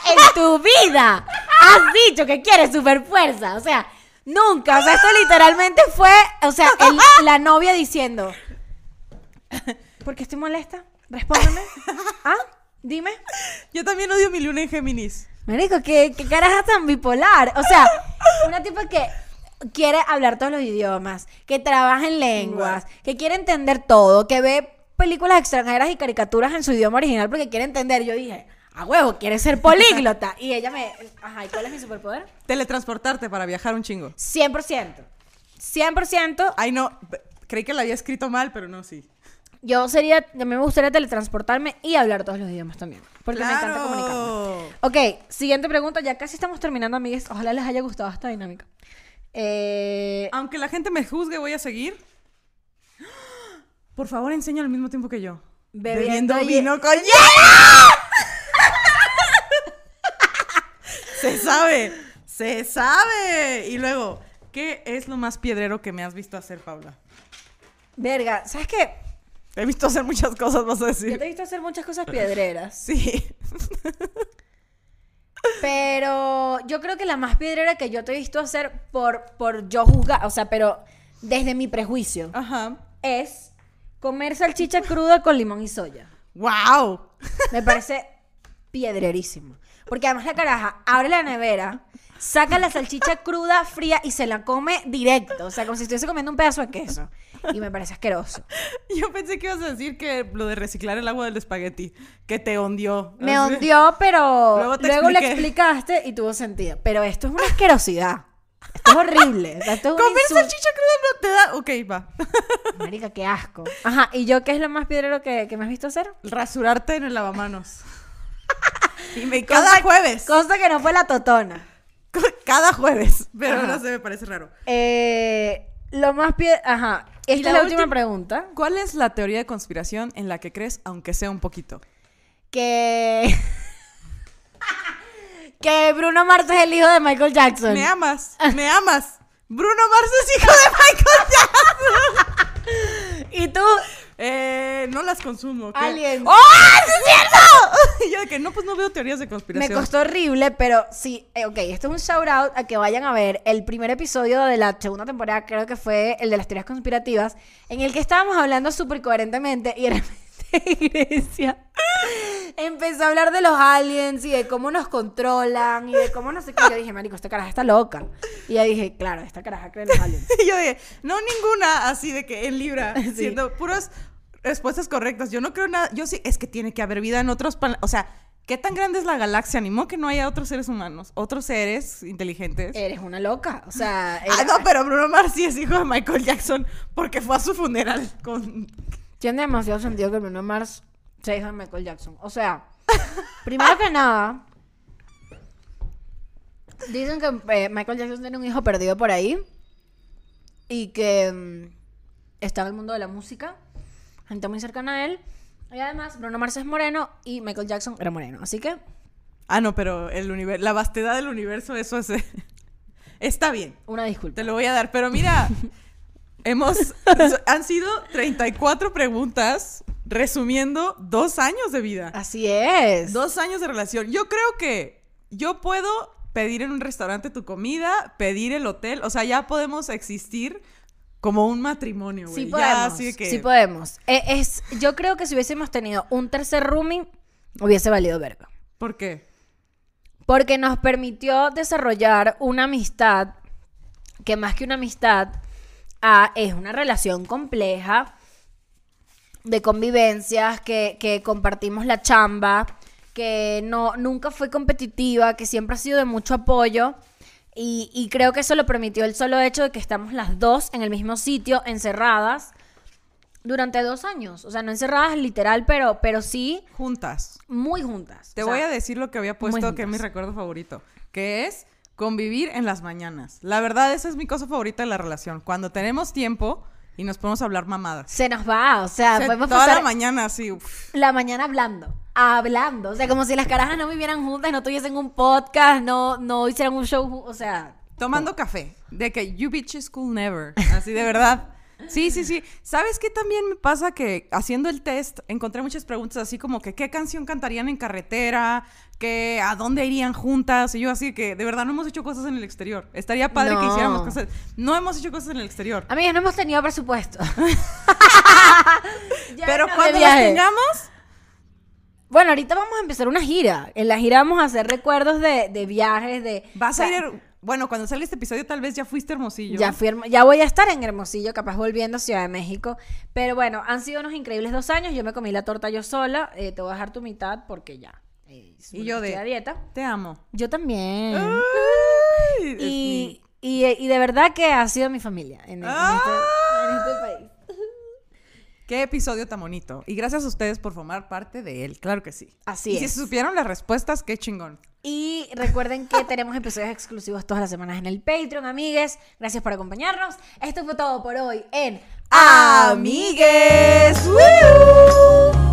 en tu vida has dicho que quieres superfuerza, o sea, nunca, o sea, esto literalmente fue, o sea, el- la novia diciendo, ¿por qué estoy molesta? Respóndeme. ¿Ah? Dime.
Yo también odio mi luna en Géminis.
Marico, ¿qué, qué caraja tan bipolar. O sea, una tipa que quiere hablar todos los idiomas, que trabaja en lenguas, que quiere entender todo, que ve películas extranjeras y caricaturas en su idioma original porque quiere entender. Yo dije, a huevo, quiere ser políglota. Y ella me, ajá, ¿y cuál es mi superpoder?
Teletransportarte para viajar un chingo.
100%. 100%.
Ay, no. p- Creí que la había escrito mal, pero no, sí.
Yo sería, a mí me gustaría teletransportarme y hablar todos los idiomas también. Porque me encanta comunicarme. Ok, siguiente pregunta. Ya casi estamos terminando, amigues. Ojalá les haya gustado esta dinámica. Eh,
Aunque la gente me juzgue, voy a seguir. Por favor, enseña al mismo tiempo que yo.
Bebiendo hie-
vino con hielo. se sabe, se sabe. Y luego, ¿qué es lo más piedrero que me has visto hacer, Paula?
verga, ¿sabes qué?
Te he visto hacer muchas cosas, vas a
Yo
decir.
te he visto hacer muchas cosas piedreras.
Sí.
Pero yo creo que la más piedrera que yo te he visto hacer por, por yo juzgar, o sea, pero desde mi prejuicio,
Ajá.
es comer salchicha cruda con limón y soya.
¡Wow!
Me parece piedrerísimo. Porque además la caraja abre la nevera, saca la salchicha cruda, fría y se la come directo. O sea, como si estuviese comiendo un pedazo de queso. Y me parece asqueroso.
Yo pensé que ibas a decir que lo de reciclar el agua del espagueti, que te hundió.
Me hundió, pero
Ah, Luego
luego,
te
lo
expliqué.
explicaste y tuvo sentido. Pero esto es una asquerosidad. Esto es horrible. O sea, esto es un
Comer
insulto.
salchicha cruda no te da. Ok, va.
Marica, qué asco. Ajá, ¿y yo qué es lo más piedrero que, que me has visto hacer?
Rasurarte en el lavamanos. y me cada jueves.
Cosa que no fue la totona.
Cada jueves. Pero
Ajá.
no sé, me parece raro.
Eh, lo más piedrero... Ajá. Esta es
la
la, última
última-
pregunta.
¿Cuál es la teoría de conspiración en la que crees, aunque sea un poquito?
Que... que Bruno Mars es el hijo de Michael Jackson.
Me amas,
Ah.
me amas. Bruno Mars es hijo de Michael Jackson.
Y tú...
Eh, no las consumo. ¿qué?
Alien.
¡Oh, sí es cierto! Y yo de que no, pues no veo teorías de
Me
conspiración.
costó horrible, pero sí, eh, ok, esto es un shout out a que vayan a ver el primer episodio de la segunda temporada, creo que fue el de las teorías conspirativas, en el que estábamos hablando súper coherentemente y de repente Grecia empezó a hablar de los aliens y de cómo nos controlan y de cómo no sé qué. Yo dije, marico, esta caraja está loca. Y yo dije, claro, esta caraja cree en los aliens.
Y yo dije, no ninguna así de que en Libra,
Sí.
siendo puras respuestas correctas. Yo no creo nada. Yo sí, es que tiene que haber vida en otros planetas. O sea, ¿Qué tan grande es la galaxia? Animó que no haya otros seres humanos, otros seres inteligentes.
Eres una loca. O sea,
Ah,
era-
no, pero Bruno Mars sí es hijo de Michael Jackson porque fue a su funeral con...
tiene demasiado sentido que Bruno Mars sea hijo de Michael Jackson. O sea, primero que nada, dicen que eh, Michael Jackson tiene un hijo perdido por ahí y que mm, está en el mundo de la música, gente muy cercana a él. Y además, Bruno Mars es moreno y Michael Jackson era moreno. Así que
Ah, no, pero el univer- la vastedad del universo, eso es... Está bien,
Una disculpa.
te lo voy a dar. Pero mira, hemos... Han sido 34 preguntas resumiendo dos años de vida.
Así es.
Dos años de relación. Yo creo que yo puedo pedir en un restaurante tu comida, pedir el hotel. O sea, ya podemos existir como un matrimonio, güey.
sí
Ya,
podemos.
así de que-
Sí podemos. Eh, es, yo creo que si hubiésemos tenido un tercer rooming, hubiese valido verga.
¿Por qué?
Porque nos permitió desarrollar una amistad que más que una amistad ah, es una relación compleja de convivencias, que, que compartimos la chamba, que no, nunca fue competitiva, que siempre ha sido de mucho apoyo. Y, y creo que eso lo permitió el solo hecho de que estamos las dos en el mismo sitio, encerradas, durante dos años. O sea, no encerradas literal, pero, pero sí
Juntas.
muy juntas.
Te
O sea,
voy a decir lo que había
muy
puesto, que es mi
juntas.
recuerdo favorito, que es convivir en las mañanas. La verdad, esa es mi cosa favorita de la relación. Cuando tenemos tiempo y nos ponemos a hablar mamadas.
Se nos va,
O
o sea,
sea,
Ah, podemos
toda
pasar
la mañana así. uf.
la mañana hablando, hablando, o sea, como si las carajas no vivieran juntas, no tuviesen un podcast, no, no hicieran un show, ju- o sea,
Tomando café. De que you bitches cool never. Así de verdad. Sí, sí, sí. ¿Sabes qué también me pasa? Que haciendo el test encontré muchas preguntas así como que qué canción cantarían en carretera, que a dónde irían juntas. Y yo así que de verdad no hemos hecho cosas en el exterior. Estaría padre que
No.
hiciéramos cosas. No hemos hecho cosas en el exterior.
amigas, no hemos tenido presupuesto. Ya
Pero
no, de
cuando las
viaje.
tengamos,
Bueno, ahorita vamos a empezar una gira. En la gira vamos a hacer recuerdos de, de viajes, de...
vas
o sea,
a ir... her- Bueno, cuando salga este episodio tal vez ya fuiste hermosillo.
Ya, fui a Hermo- ya voy a estar en Hermosillo, capaz volviendo a Ciudad de México. Pero bueno, han sido unos increíbles dos años. Yo me comí la torta yo sola. Eh, te voy a dejar tu mitad porque ya. eh,
Y yo
estoy
de-
a dieta.
Te amo.
Yo también.
Ay, es mi-
y, y, y de verdad que ha sido mi familia en, en este-
Ah.
en este, país.
Qué episodio tan bonito. Y gracias a ustedes por formar parte de él. Claro que sí.
Así
Y si
es.
supieron las respuestas, qué chingón.
Y recuerden que tenemos episodios exclusivos todas las semanas en el Patreon, amigues. Gracias por acompañarnos. Esto fue todo por hoy en
Amigues. ¡Woo!